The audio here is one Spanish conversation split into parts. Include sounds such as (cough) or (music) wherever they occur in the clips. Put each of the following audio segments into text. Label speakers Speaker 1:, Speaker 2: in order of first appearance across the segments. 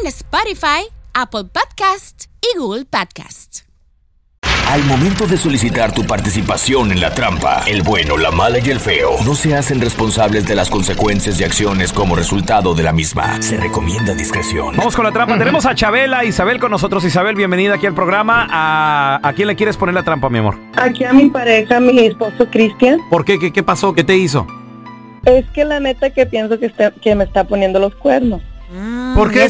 Speaker 1: en Spotify, Apple Podcast y Google Podcast.
Speaker 2: Al momento de solicitar tu participación en la trampa, el bueno, la mala y el feo no se hacen responsables de las consecuencias y acciones como resultado de la misma. Se recomienda discreción.
Speaker 3: Vamos con la trampa. Tenemos a Chabela, Isabel con nosotros. Isabel, bienvenida aquí al programa. ¿A, a quién le quieres poner la trampa, mi amor?
Speaker 4: Aquí a mi pareja, mi esposo Cristian,
Speaker 3: ¿Por qué? ¿Qué, qué pasó? ¿Qué te hizo?
Speaker 4: es que la neta que pienso que, está- que me está poniendo los cuernos.
Speaker 3: ¿Por qué?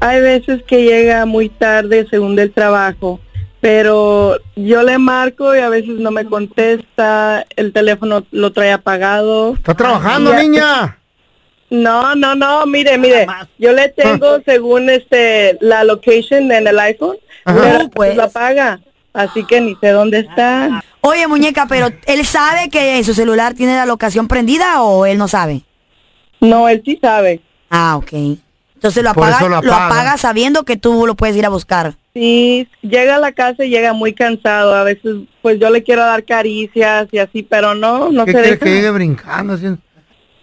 Speaker 4: Hay veces que llega muy tarde según del trabajo, pero yo le marco y a veces no me contesta, el teléfono lo trae apagado.
Speaker 5: Está trabajando,
Speaker 4: Ya.
Speaker 5: niña.
Speaker 4: No, no, no, mire, mire, yo le
Speaker 5: Ah.
Speaker 4: tengo según este la location en el iPhone,
Speaker 5: Ajá.
Speaker 4: pero
Speaker 6: Uh, pues.
Speaker 4: lo apaga, así que ni sé dónde está.
Speaker 6: Oye, muñeca, pero ¿él sabe que en su celular tiene la locación prendida o él no sabe?
Speaker 4: No, él sí sabe.
Speaker 6: Ah, ok. Entonces lo
Speaker 5: Por
Speaker 6: apaga,
Speaker 5: eso
Speaker 6: lo
Speaker 5: lo
Speaker 6: apaga.
Speaker 5: apaga.
Speaker 6: sabiendo que tú lo puedes ir a buscar.
Speaker 4: Sí, llega a la casa y llega muy cansado. A veces, pues yo le quiero dar caricias y así, pero no, no
Speaker 5: ¿Qué
Speaker 4: se
Speaker 5: quiere
Speaker 4: deja.
Speaker 5: que llegue brincando? así?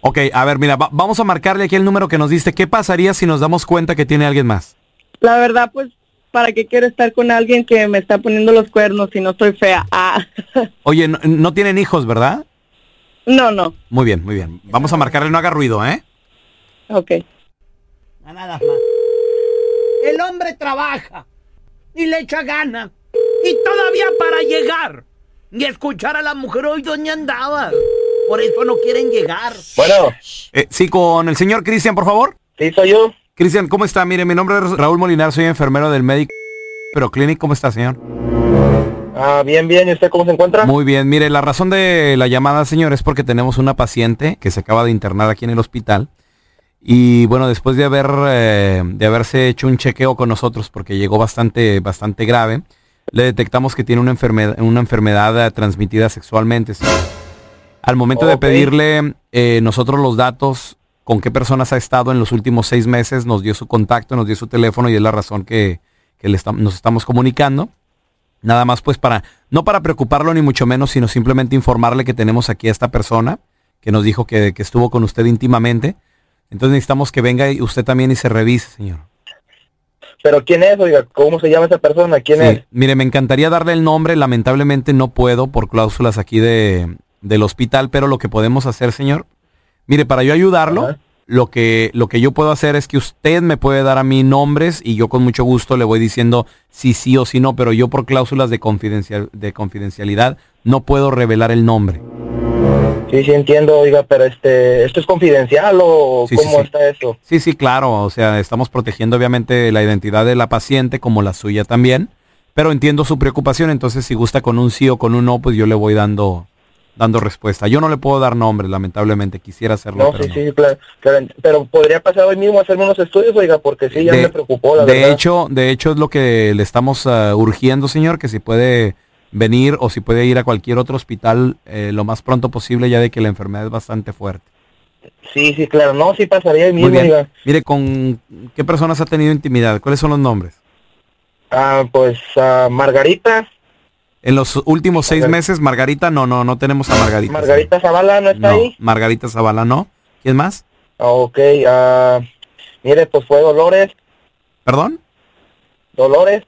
Speaker 3: Ok, a ver, mira, va- vamos a marcarle aquí el número que nos diste. ¿Qué pasaría si nos damos cuenta que tiene alguien más?
Speaker 4: La verdad, pues, ¿para qué quiero estar con alguien que me está poniendo los cuernos si no estoy fea? Ah, (laughs)
Speaker 3: Oye, no, no tienen hijos, ¿verdad?
Speaker 4: no, no,
Speaker 3: Muy bien, muy bien. Vamos a marcarle, no haga ruido, ¿eh?
Speaker 4: ok.
Speaker 7: Ganadas más. El hombre trabaja y le echa gana. Y todavía para llegar y escuchar a la mujer hoy doña andaba. Por eso no quieren llegar.
Speaker 8: Bueno,
Speaker 3: Eh, sí, con el señor Cristian, por favor.
Speaker 8: sí soy yo.
Speaker 3: Cristian, ¿cómo está? Mire, mi nombre es Raúl Molinar, soy enfermero del médico. Pero Clinic, ¿cómo está, señor?
Speaker 8: Ah, bien, bien. ¿Y usted cómo se encuentra?
Speaker 3: Muy bien, mire, la razón de la llamada, señor, es porque tenemos una paciente que se acaba de internar aquí en el hospital. Y bueno, después de haber eh, de haberse hecho un chequeo con nosotros, porque llegó bastante, bastante grave, le detectamos que tiene una enfermedad, una enfermedad eh, transmitida sexualmente. señor. Al momento de
Speaker 8: Ok.
Speaker 3: pedirle eh, nosotros los datos con qué personas ha estado en los últimos seis meses, nos dio su contacto, nos dio su teléfono y es la razón que, que le estam- nos estamos comunicando. Nada más pues para, no para preocuparlo ni mucho menos, sino simplemente informarle que tenemos aquí a esta persona que nos dijo que, que estuvo con usted íntimamente. Entonces necesitamos que venga y usted también y se revise, señor.
Speaker 8: Pero ¿quién es? Oiga, ¿cómo se llama esa persona? ¿Quién
Speaker 3: Sí,
Speaker 8: es?
Speaker 3: Mire, me encantaría darle el nombre, lamentablemente no puedo por cláusulas aquí de, del hospital, pero lo que podemos hacer, señor, mire, para yo ayudarlo,
Speaker 8: Ajá.
Speaker 3: lo que, lo que yo puedo hacer es que usted me puede dar a mí nombres y yo con mucho gusto le voy diciendo si sí o si no, pero yo por cláusulas de, confidencial, de confidencialidad no puedo revelar el nombre.
Speaker 8: Sí, sí entiendo, oiga, pero este, ¿esto es confidencial o
Speaker 3: Sí, sí,
Speaker 8: cómo
Speaker 3: sí.
Speaker 8: está eso?
Speaker 3: Sí, sí, claro. O sea, estamos protegiendo obviamente la identidad de la paciente como la suya también. Pero entiendo su preocupación, entonces si gusta con un sí o con un no, pues yo le voy dando dando respuesta. Yo no le puedo dar nombres, lamentablemente. Quisiera hacerlo.
Speaker 8: No,
Speaker 3: pero
Speaker 8: sí,
Speaker 3: no.
Speaker 8: sí, claro, claro, Pero podría pasar hoy mismo a hacerme unos estudios, oiga, porque sí, ya
Speaker 3: de,
Speaker 8: me preocupó, la
Speaker 3: de
Speaker 8: verdad.
Speaker 3: hecho, de hecho es lo que le estamos ah, urgiendo, señor, que si puede venir o si puede ir a cualquier otro hospital eh, lo más pronto posible, ya de que la enfermedad es bastante fuerte.
Speaker 8: Sí, sí, claro. No, sí pasaría hoy
Speaker 3: Muy
Speaker 8: mismo,
Speaker 3: bien.
Speaker 8: oiga.
Speaker 3: Mire, ¿con qué personas ha tenido intimidad? ¿Cuáles son los nombres?
Speaker 8: Ah, pues, ah, Margarita,
Speaker 3: En los últimos seis
Speaker 8: Margarita.
Speaker 3: meses, Margarita, no, no, no tenemos a Margarita.
Speaker 8: Margarita Zavala, ¿no
Speaker 3: señor.
Speaker 8: está
Speaker 3: No,
Speaker 8: ahí?
Speaker 3: Margarita Zavala, no. ¿Quién más?
Speaker 8: Ah, ok, ah, mire, pues fue Dolores,
Speaker 3: Perdón.
Speaker 8: Dolores,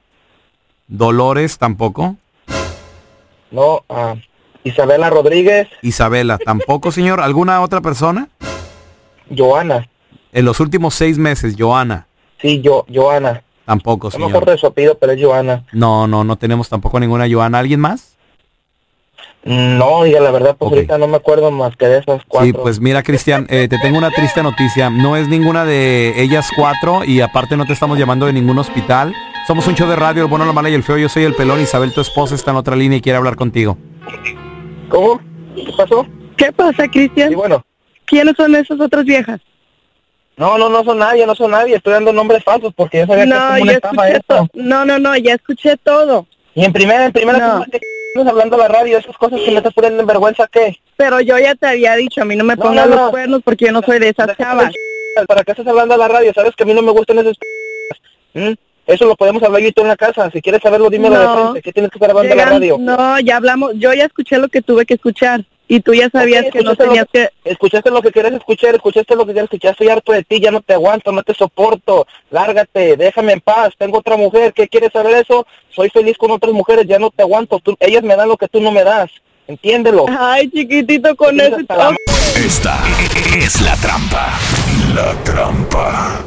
Speaker 3: Dolores tampoco.
Speaker 8: no, ah, Isabela Rodríguez,
Speaker 3: Isabela tampoco, señor. ¿Alguna otra persona?
Speaker 8: Joana.
Speaker 3: En los últimos seis meses, Joana.
Speaker 8: Sí, yo, Joana.
Speaker 3: Tampoco,
Speaker 8: A lo mejor
Speaker 3: Oh, señor.
Speaker 8: resopido, pero es Joana.
Speaker 3: No, no, no tenemos tampoco ninguna Joana. ¿Alguien más?
Speaker 8: No, oiga, la verdad, pues
Speaker 3: Ok.
Speaker 8: ahorita no me acuerdo más que de esas cuatro.
Speaker 3: Sí, pues mira, Cristian, eh, te tengo una triste noticia. No es ninguna de ellas cuatro y aparte no te estamos llamando de ningún hospital. Somos un show de radio, el bueno, la mala y el feo. Yo soy el pelón. Isabel, tu esposa está en otra línea y quiere hablar contigo.
Speaker 8: ¿Cómo? ¿Qué pasó?
Speaker 4: ¿Qué pasa, Cristian?
Speaker 8: Y bueno,
Speaker 4: ¿Quiénes son esas otras viejas?
Speaker 8: no, no, no son nadie, no son nadie. Estoy dando nombres falsos porque yo sabía que es
Speaker 4: No,
Speaker 8: como
Speaker 4: ya
Speaker 8: una estafa
Speaker 4: escuché
Speaker 8: esto.
Speaker 4: todo. No, no, no, ya escuché todo.
Speaker 8: Y en primera, en primera,
Speaker 4: No.
Speaker 8: ¿cómo que estás hablando a la radio? Esas cosas que no te ponen en vergüenza, ¿qué?
Speaker 4: Pero yo ya te había dicho, a mí no me
Speaker 8: No,
Speaker 4: pongas
Speaker 8: no,
Speaker 4: los
Speaker 8: no.
Speaker 4: cuernos porque yo no soy de esas
Speaker 8: Déjate
Speaker 4: chavas.
Speaker 8: de- ¿Para qué estás hablando a la radio? Sabes que a mí no me gustan esas ¿Mm? Eso lo podemos hablar yo y tú en la casa. Si quieres saberlo, dímelo
Speaker 4: No.
Speaker 8: de frente. ¿Qué tienes que estar hablando a la
Speaker 4: Llegan-
Speaker 8: radio?
Speaker 4: no, ya hablamos, yo ya escuché lo que tuve que escuchar y tú ya sabías
Speaker 8: Ok,
Speaker 4: que no
Speaker 8: escuchaste
Speaker 4: tenías
Speaker 8: lo (laughs)
Speaker 4: que...
Speaker 8: Escuchaste lo que querías escuchar, escuchaste lo que querías escuchar. Estoy harto de ti, ya no te aguanto, no te soporto. Lárgate, déjame en paz. Tengo otra mujer. ¿Qué quieres saber eso? Soy feliz con otras mujeres, ya no te aguanto. Tú- ellas me dan lo que tú no me das. Entiéndelo.
Speaker 4: Ay, chiquitito, con
Speaker 8: Tienes
Speaker 4: ese...
Speaker 8: hasta la
Speaker 4: Oh,
Speaker 2: Esta es la trampa. La trampa.